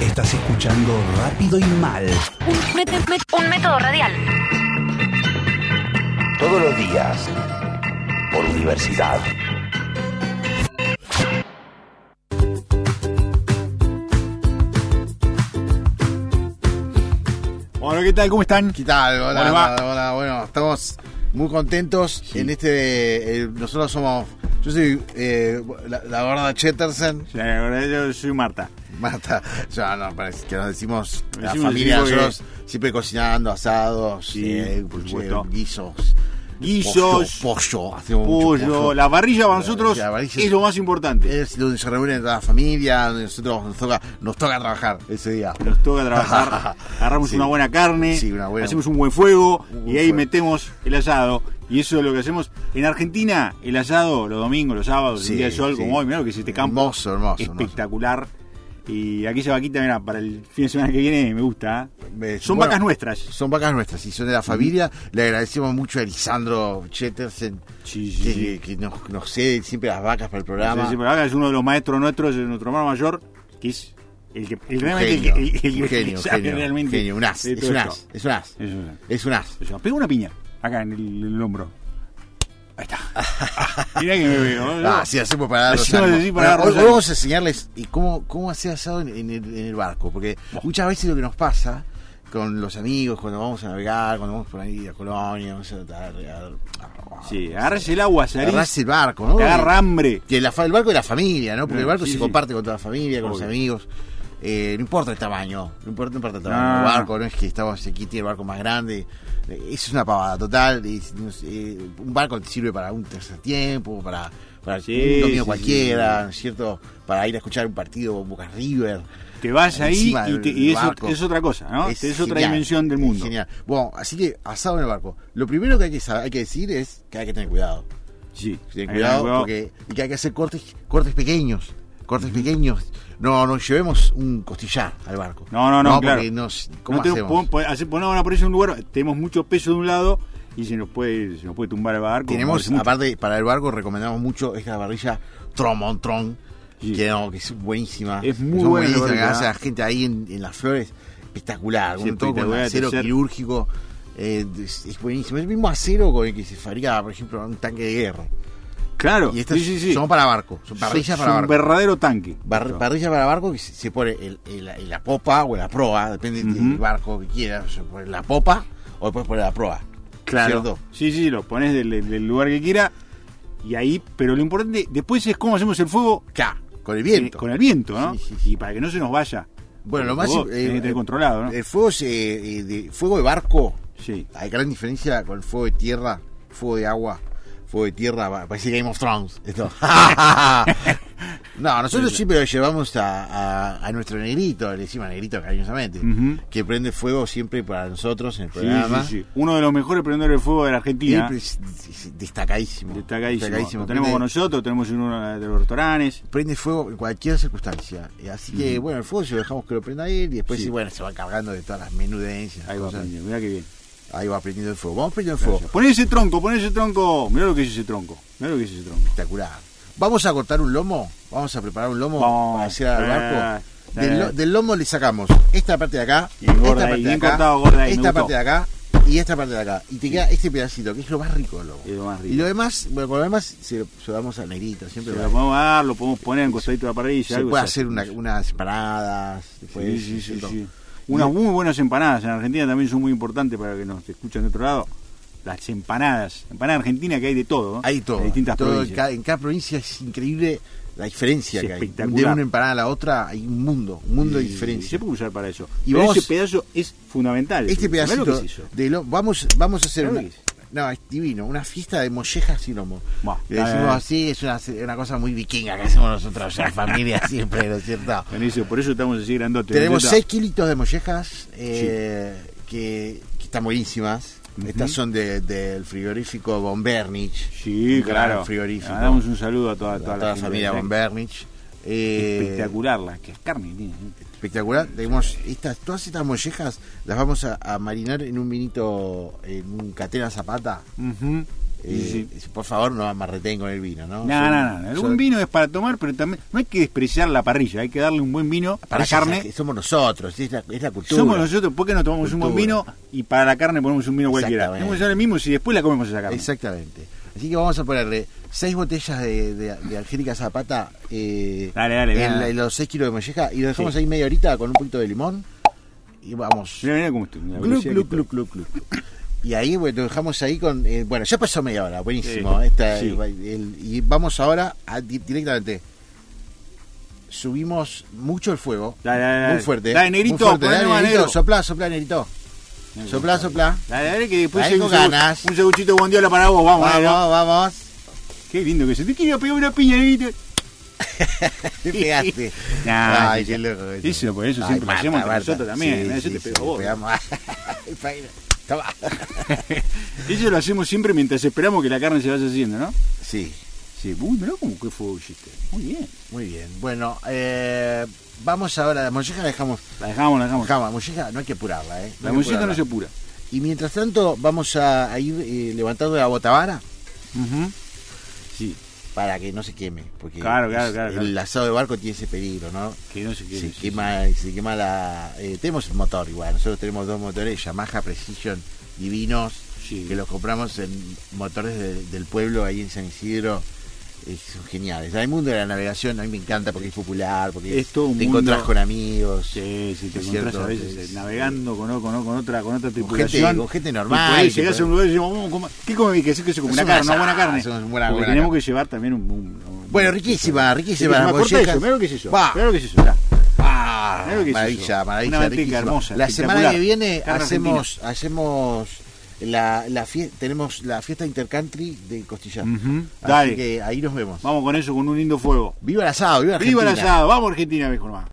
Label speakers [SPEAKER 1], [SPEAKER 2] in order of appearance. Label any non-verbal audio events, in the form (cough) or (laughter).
[SPEAKER 1] Estás escuchando Rápido y Mal.
[SPEAKER 2] Un, met- met- un método radial.
[SPEAKER 3] Todos los días. Por universidad.
[SPEAKER 4] Bueno, ¿qué tal? ¿Cómo están?
[SPEAKER 5] ¿Qué tal? Hola,
[SPEAKER 4] Bueno, va.
[SPEAKER 5] hola, hola. Bueno, estamos muy contentos en este. eh, nosotros somos. Yo soy eh, la, la gorda Chetterson.
[SPEAKER 4] Sí, La verdad, yo soy Marta.
[SPEAKER 5] (laughs) Marta, ya no, parece que nos decimos la
[SPEAKER 4] Decimos,
[SPEAKER 5] familia,
[SPEAKER 4] decimos que-
[SPEAKER 5] nosotros siempre cocinando asados,
[SPEAKER 4] Sí,
[SPEAKER 5] eh,
[SPEAKER 4] por
[SPEAKER 5] eh,
[SPEAKER 4] supuesto.
[SPEAKER 5] guisos,
[SPEAKER 4] Guisos,
[SPEAKER 5] pollo, pollo, hacemos mucho
[SPEAKER 4] pollo, la parrilla para nosotros
[SPEAKER 5] La Eh. parrilla-
[SPEAKER 4] es lo más importante.
[SPEAKER 5] Es donde se reúne toda la familia, donde nosotros nos toca, nos toca trabajar ese día.
[SPEAKER 4] Nos toca
[SPEAKER 5] (laughs)
[SPEAKER 4] trabajar, agarramos
[SPEAKER 5] Sí.
[SPEAKER 4] una buena carne,
[SPEAKER 5] Sí, una buena-
[SPEAKER 4] hacemos un buen fuego
[SPEAKER 5] Un buen
[SPEAKER 4] y ahí
[SPEAKER 5] fuego.
[SPEAKER 4] metemos el asado. Y eso es lo que hacemos. En Argentina, el asado los domingos, los sábados,
[SPEAKER 5] Sí,
[SPEAKER 4] el día del sol,
[SPEAKER 5] sí.
[SPEAKER 4] como hoy, mirá lo que es este campo.
[SPEAKER 5] Hermoso, hermoso, hermoso.
[SPEAKER 4] Espectacular. Y aquella vaquita, mira, para el fin de semana que viene me gusta. ¿eh?
[SPEAKER 5] Me-
[SPEAKER 4] Son
[SPEAKER 5] bueno,
[SPEAKER 4] vacas nuestras.
[SPEAKER 5] Son vacas nuestras y son de la familia. Le agradecemos mucho a Lisandro Chettersen
[SPEAKER 4] Sí, sí,
[SPEAKER 5] que,
[SPEAKER 4] sí.
[SPEAKER 5] que nos, nos cede siempre las vacas para el programa.
[SPEAKER 4] Sí, sí, pero acá Ah, es uno de los maestros nuestros, es nuestro hermano mayor, que es el que el,
[SPEAKER 5] Un
[SPEAKER 4] realmente el
[SPEAKER 5] genio,
[SPEAKER 4] que- el- el
[SPEAKER 5] un
[SPEAKER 4] que
[SPEAKER 5] genio,
[SPEAKER 4] sabe
[SPEAKER 5] genio,
[SPEAKER 4] realmente
[SPEAKER 5] genio, un as,
[SPEAKER 4] de
[SPEAKER 5] es
[SPEAKER 4] todo
[SPEAKER 5] un
[SPEAKER 4] esto.
[SPEAKER 5] as, es un as.
[SPEAKER 4] Es un as.
[SPEAKER 5] Es un as.
[SPEAKER 4] Yo pego una piña acá en el, en el hombro. Ahí
[SPEAKER 5] (laughs)
[SPEAKER 4] está. Mirá que me veo. ¿no?
[SPEAKER 5] Ah, sí, hacemos para dar los
[SPEAKER 4] Hacemos
[SPEAKER 5] ánimos.
[SPEAKER 4] así para dar
[SPEAKER 5] Bueno, hoy
[SPEAKER 4] los
[SPEAKER 5] vamos a enseñarles y cómo, cómo hacer asado en, en el, en el barco, porque muchas veces lo que nos pasa con los amigos, cuando vamos a navegar, cuando vamos por ahí a Colonia, vamos a... a- a- a-
[SPEAKER 4] Sí, agarras el agua,
[SPEAKER 5] agarrás
[SPEAKER 4] salís,
[SPEAKER 5] el barco, ¿no?
[SPEAKER 4] te agarra hambre.
[SPEAKER 5] Que la fa- el barco de la familia, ¿no? Porque el barco
[SPEAKER 4] Eh, Sí,
[SPEAKER 5] se
[SPEAKER 4] sí.
[SPEAKER 5] comparte con toda la familia, con
[SPEAKER 4] Obvio.
[SPEAKER 5] los amigos. Eh, no importa el tamaño, no importa, no importa el tamaño
[SPEAKER 4] No,
[SPEAKER 5] del
[SPEAKER 4] no, no.
[SPEAKER 5] barco, no es que estamos aquí, tiene el barco más grande. Eh, Eso es una pavada total. y no sé, eh, un barco te sirve para un tercer tiempo, para, para
[SPEAKER 4] Sí,
[SPEAKER 5] un domingo
[SPEAKER 4] sí,
[SPEAKER 5] cualquiera,
[SPEAKER 4] sí.
[SPEAKER 5] ¿no es cierto? Para ir a escuchar un partido con Boca River.
[SPEAKER 4] Te vas ahí
[SPEAKER 5] Encima
[SPEAKER 4] y, te-
[SPEAKER 5] del
[SPEAKER 4] y es,
[SPEAKER 5] barco.
[SPEAKER 4] ot- es otra cosa, ¿no? Es, otra
[SPEAKER 5] genial,
[SPEAKER 4] dimensión del
[SPEAKER 5] es
[SPEAKER 4] mundo.
[SPEAKER 5] Genial. Bueno, así que asado en el barco. Lo primero que hay que, sa- hay que decir es que hay que tener cuidado.
[SPEAKER 4] Sí,
[SPEAKER 5] Ten
[SPEAKER 4] Ahí
[SPEAKER 5] cuidado,
[SPEAKER 4] cuidado.
[SPEAKER 5] porque y que hay que hacer cortes, cortes pequeños, cortes pequeños. No, no llevemos un costillar al barco.
[SPEAKER 4] No, no, no, claro.
[SPEAKER 5] porque nos- ¿cómo
[SPEAKER 4] no tenemos-
[SPEAKER 5] hacemos?
[SPEAKER 4] podemos- podemos hacer- ponemos una presión en un lugar, tenemos mucho peso de un lado y se nos puede, se nos puede tumbar el barco.
[SPEAKER 5] Tenemos,
[SPEAKER 4] mucho.
[SPEAKER 5] aparte, para el barco recomendamos mucho esta parrilla Tromontron,
[SPEAKER 4] Sí.
[SPEAKER 5] que, no, que es buenísima.
[SPEAKER 4] Es muy
[SPEAKER 5] Son
[SPEAKER 4] buena la
[SPEAKER 5] buenísimas,
[SPEAKER 4] parrilla. ¿eh?
[SPEAKER 5] que hace la gente ahí en, en las flores, espectacular,
[SPEAKER 4] Sí,
[SPEAKER 5] con todo con
[SPEAKER 4] espectacular,
[SPEAKER 5] acero
[SPEAKER 4] tercer-
[SPEAKER 5] quirúrgico. eh, es, es buenísimo. Es el mismo acero con el que se fabricaba, por ejemplo, un tanque de guerra.
[SPEAKER 4] Claro,
[SPEAKER 5] Y estas
[SPEAKER 4] sí, sí, sí.
[SPEAKER 5] son para barco, son parrillas
[SPEAKER 4] Es
[SPEAKER 5] para
[SPEAKER 4] un
[SPEAKER 5] barco.
[SPEAKER 4] verdadero tanque.
[SPEAKER 5] Bar-
[SPEAKER 4] Eso.
[SPEAKER 5] parrilla para barco que se se pone el- el- en la popa o en la proa, depende del
[SPEAKER 4] Ujú.
[SPEAKER 5] barco que quieras, se pone la popa o después poner la proa. ¿Cierto?
[SPEAKER 4] Sí, sí, lo pones del, del lugar que quiera y ahí, pero lo importante después es cómo hacemos el fuego
[SPEAKER 5] Ya, con el
[SPEAKER 4] eh,
[SPEAKER 5] viento.
[SPEAKER 4] con el viento, ¿no?
[SPEAKER 5] Sí, sí, sí.
[SPEAKER 4] Y para que no se nos vaya.
[SPEAKER 5] Bueno, lo
[SPEAKER 4] El
[SPEAKER 5] más
[SPEAKER 4] fuego
[SPEAKER 5] im-
[SPEAKER 4] tiene que
[SPEAKER 5] eh,
[SPEAKER 4] tener controlado, ¿no?
[SPEAKER 5] El fuego es, eh, eh, de fuego de barco.
[SPEAKER 4] Sí.
[SPEAKER 5] Hay gran diferencia con el fuego de tierra, fuego de agua, fuego de tierra, va- parece Game of Thrones.
[SPEAKER 4] (laughs)
[SPEAKER 5] Esto. no, nosotros siempre lo llevamos a, a- a nuestro negrito, le decimos negrito cariñosamente,
[SPEAKER 4] Ujú.
[SPEAKER 5] que prende fuego siempre para nosotros en el
[SPEAKER 4] Sí,
[SPEAKER 5] programa.
[SPEAKER 4] sí, sí. Uno de los mejores prendedores de fuego de la Argentina.
[SPEAKER 5] Siempre es- es- es destacadísimo.
[SPEAKER 4] Destacadísimo. Lo tenemos
[SPEAKER 5] Prende,
[SPEAKER 4] con nosotros, tenemos en uno de los restaurantes.
[SPEAKER 5] prende fuego en cualquier circunstancia. Eh, Así que, bueno, el fuego se lo dejamos que lo prenda él y después,
[SPEAKER 4] Sí.
[SPEAKER 5] sí, bueno, se va cargando de todas las menudencias.
[SPEAKER 4] Ahí va
[SPEAKER 5] cosas.
[SPEAKER 4] prendiendo, mirá qué bien.
[SPEAKER 5] Ahí va prendiendo el fuego. Vamos prendiendo el fuego.
[SPEAKER 4] Poné ese tronco, poné ese tronco. Mirá lo que es ese tronco. Mirá lo que es ese tronco.
[SPEAKER 5] Espectacular. Vamos a cortar un lomo. Vamos a preparar un lomo
[SPEAKER 4] Vamos.
[SPEAKER 5] para hacer al barco.
[SPEAKER 4] Eh,
[SPEAKER 5] Del, lo-
[SPEAKER 4] eh.
[SPEAKER 5] del lomo le sacamos esta parte de acá,
[SPEAKER 4] Bien gorda
[SPEAKER 5] esta
[SPEAKER 4] ahí,
[SPEAKER 5] parte de
[SPEAKER 4] bien
[SPEAKER 5] acá,
[SPEAKER 4] cortado, gorda ahí, me
[SPEAKER 5] esta
[SPEAKER 4] gustó.
[SPEAKER 5] parte de acá y esta parte de acá. Y te queda este pedacito, que es lo más rico del lomo.
[SPEAKER 4] Es lo más rico.
[SPEAKER 5] Y lo demás, bueno, con lo demás se lo, se lo damos al negrito. Siempre
[SPEAKER 4] Se
[SPEAKER 5] va
[SPEAKER 4] lo podemos dar, lo podemos poner en costadito de la parrilla.
[SPEAKER 5] se
[SPEAKER 4] algo
[SPEAKER 5] puede
[SPEAKER 4] así.
[SPEAKER 5] hacer una- unas paradas después,
[SPEAKER 4] Sí, sí, sí,
[SPEAKER 5] ¿cierto?
[SPEAKER 4] sí. Unas muy buenas empanadas en Argentina también son muy importantes para que nos escuchen de otro lado. Las empanadas, empanada argentina que hay de todo. ¿no?
[SPEAKER 5] Hay todo.
[SPEAKER 4] De distintas
[SPEAKER 5] todo en,
[SPEAKER 4] provincias.
[SPEAKER 5] cada, en cada provincia es increíble la diferencia
[SPEAKER 4] Es
[SPEAKER 5] que hay. De
[SPEAKER 4] espectacular.
[SPEAKER 5] una empanada a la otra hay un mundo, un mundo de
[SPEAKER 4] Y
[SPEAKER 5] diferencia.
[SPEAKER 4] Se puede usar para eso.
[SPEAKER 5] Y
[SPEAKER 4] Y Pero
[SPEAKER 5] vamos-
[SPEAKER 4] ese pedazo es fundamental.
[SPEAKER 5] Este
[SPEAKER 4] Mirá
[SPEAKER 5] pedacito
[SPEAKER 4] lo que es eso.
[SPEAKER 5] de lomo, vamos, vamos a hacer
[SPEAKER 4] Mirá lo
[SPEAKER 5] una,
[SPEAKER 4] que
[SPEAKER 5] no, es divino, una fiesta de mollejas y lomo.
[SPEAKER 4] Buah, eh.
[SPEAKER 5] Le
[SPEAKER 4] dale,
[SPEAKER 5] decimos
[SPEAKER 4] dale.
[SPEAKER 5] así, es una, una cosa muy vikinga que hacemos nosotros, la familia (laughs) siempre, ¿no es cierto?
[SPEAKER 4] Con eso, por eso estamos así grandotes.
[SPEAKER 5] Tenemos
[SPEAKER 4] ¿no es
[SPEAKER 5] 6 kilitos de mollejas eh, que, que están buenísimas. Estas son de- del frigorífico Von Bernich.
[SPEAKER 4] cierto? Sí,
[SPEAKER 5] Un gran
[SPEAKER 4] claro.
[SPEAKER 5] frigorífico.
[SPEAKER 4] Le Damos un saludo a toda,
[SPEAKER 5] a
[SPEAKER 4] toda
[SPEAKER 5] toda
[SPEAKER 4] la,
[SPEAKER 5] la
[SPEAKER 4] gente
[SPEAKER 5] familia
[SPEAKER 4] de-
[SPEAKER 5] Von Bernich. Eh,
[SPEAKER 4] Espectacular la que es carne que tiene. ¿eh?
[SPEAKER 5] espectacular. Tenemos estas, todas estas mollejas las vamos a, a marinar en un vinito, en un catena zapata. Eh, Por favor, no amarreten con el vino, ¿no?
[SPEAKER 4] No, no, no. Un vino es para tomar, pero también no hay que despreciar la parrilla. Hay que darle un buen vino para la carne.
[SPEAKER 5] Somos nosotros, es la, es la cultura.
[SPEAKER 4] Somos nosotros, ¿por qué no tomamos un buen
[SPEAKER 5] Cultura.
[SPEAKER 4] vino y para la carne ponemos un vino cualquiera?
[SPEAKER 5] Exactamente.
[SPEAKER 4] Tenemos que hacer el mismo y después la comemos esa carne.
[SPEAKER 5] Exactamente. Así que vamos a ponerle seis botellas de, de- de Angélica Zapata eh,
[SPEAKER 4] Dale, dale,
[SPEAKER 5] en,
[SPEAKER 4] dale.
[SPEAKER 5] en los 6 kilos de molleja y lo dejamos
[SPEAKER 4] Sí.
[SPEAKER 5] ahí media horita con un poquito de limón y vamos.
[SPEAKER 4] Mirá, mirá cómo estoy, la
[SPEAKER 5] Glu,
[SPEAKER 4] velocidad
[SPEAKER 5] glu,
[SPEAKER 4] que
[SPEAKER 5] glu,
[SPEAKER 4] estoy.
[SPEAKER 5] glu, glu, glu. Y ahí bueno, lo dejamos ahí con... eh, bueno, ya pasó media hora, buenísimo.
[SPEAKER 4] Sí.
[SPEAKER 5] Esta, eh,
[SPEAKER 4] Sí.
[SPEAKER 5] el- y vamos ahora a di- directamente. Subimos mucho el fuego.
[SPEAKER 4] Dale, dale, dale.
[SPEAKER 5] Muy fuerte.
[SPEAKER 4] Dale,
[SPEAKER 5] muy
[SPEAKER 4] negrito,
[SPEAKER 5] fuerte,
[SPEAKER 4] ponle
[SPEAKER 5] dale,
[SPEAKER 4] más,
[SPEAKER 5] negrito.
[SPEAKER 4] negro.
[SPEAKER 5] Soplá, soplá, negrito. Soplá, soplá.
[SPEAKER 4] Dale, dale, que después
[SPEAKER 5] Traigo
[SPEAKER 4] hay un, segu-
[SPEAKER 5] ganas.
[SPEAKER 4] un segundito de bondiola para vos. Vamos,
[SPEAKER 5] Vamos,
[SPEAKER 4] dale, ¿no?
[SPEAKER 5] vamos.
[SPEAKER 4] Qué lindo que se te quiero pegar una piña, negrito. (laughs)
[SPEAKER 5] Te pegaste.
[SPEAKER 4] Nah,
[SPEAKER 5] Ay,
[SPEAKER 4] sí,
[SPEAKER 5] qué
[SPEAKER 4] sí.
[SPEAKER 5] loco.
[SPEAKER 4] Eso, por eso siempre lo hacemos entre nosotros también, ¿no? Yo te pego a vos.
[SPEAKER 5] (laughs) vos. Toma.
[SPEAKER 4] Eso lo hacemos siempre mientras esperamos que la carne se vaya haciendo, ¿no?
[SPEAKER 5] Sí,
[SPEAKER 4] (laughs) Sí, uy, mirá cómo que fuego hiciste. Muy bien.
[SPEAKER 5] muy bien. Bueno, eh, vamos ahora. La molleja la dejamos.
[SPEAKER 4] La dejamos, la dejamos.
[SPEAKER 5] Dejamos, molleja no hay que apurarla, ¿eh?
[SPEAKER 4] La
[SPEAKER 5] hay que
[SPEAKER 4] musita no
[SPEAKER 5] apurarla.
[SPEAKER 4] se apura.
[SPEAKER 5] Y mientras tanto, vamos a, a ir eh, levantando la botavara
[SPEAKER 4] Ujú. Sí,
[SPEAKER 5] para que no se queme. Porque
[SPEAKER 4] Claro, claro, claro,
[SPEAKER 5] el
[SPEAKER 4] claro.
[SPEAKER 5] asado de barco tiene ese peligro, ¿no?
[SPEAKER 4] que no se quede.
[SPEAKER 5] se
[SPEAKER 4] sí,
[SPEAKER 5] quema, se quema la. eh, tenemos un motor igual, nosotros tenemos dos motores, Yamaha Precision divinos,
[SPEAKER 4] Sí.
[SPEAKER 5] que los compramos en motores de- del pueblo ahí en San Isidro. eh, son geniales. El mundo de la navegación a mí me encanta porque es popular, porque
[SPEAKER 4] Es todo un
[SPEAKER 5] te
[SPEAKER 4] mundo-
[SPEAKER 5] encontrás con amigos.
[SPEAKER 4] Sí, sí, te
[SPEAKER 5] Es
[SPEAKER 4] encontrás
[SPEAKER 5] cierto,
[SPEAKER 4] a veces
[SPEAKER 5] es-
[SPEAKER 4] eh, navegando con, o- con, o- con otra con otra
[SPEAKER 5] gente-
[SPEAKER 4] tripulación.
[SPEAKER 5] con gente
[SPEAKER 4] Y
[SPEAKER 5] normal,
[SPEAKER 4] por ahí
[SPEAKER 5] que
[SPEAKER 4] llegás a
[SPEAKER 5] puede-
[SPEAKER 4] un lugar y decís, vamos, ¿cómo- ¿qué come? ¿Qué que se come?
[SPEAKER 5] Es
[SPEAKER 4] Una
[SPEAKER 5] un
[SPEAKER 4] carne, una
[SPEAKER 5] asado,
[SPEAKER 4] buena carne.
[SPEAKER 5] es una buena-
[SPEAKER 4] Porque
[SPEAKER 5] buena
[SPEAKER 4] tenemos
[SPEAKER 5] carne.
[SPEAKER 4] que llevar también un... un- un-
[SPEAKER 5] Bueno, riquísima, riquísima la
[SPEAKER 4] Corta
[SPEAKER 5] molleja.
[SPEAKER 4] eso, mirá lo que es eso.
[SPEAKER 5] Pa.
[SPEAKER 4] Mirá lo que es eso. mirá.
[SPEAKER 5] Ah,
[SPEAKER 4] Mirá lo que es
[SPEAKER 5] maravilla,
[SPEAKER 4] eso.
[SPEAKER 5] maravilla,
[SPEAKER 4] Una manteca
[SPEAKER 5] riquísima.
[SPEAKER 4] hermosa,
[SPEAKER 5] La semana que
[SPEAKER 4] espectacular.
[SPEAKER 5] viene
[SPEAKER 4] Carne
[SPEAKER 5] hacemos, hacemos la, la fie- tenemos la fiesta intercountry de Costillar.
[SPEAKER 4] Ujú,
[SPEAKER 5] Así
[SPEAKER 4] dale.
[SPEAKER 5] que ahí nos vemos.
[SPEAKER 4] Vamos con eso, con un lindo fuego.
[SPEAKER 5] Viva el asado, viva Argentina.
[SPEAKER 4] Viva el asado, vamos Argentina, mejor más.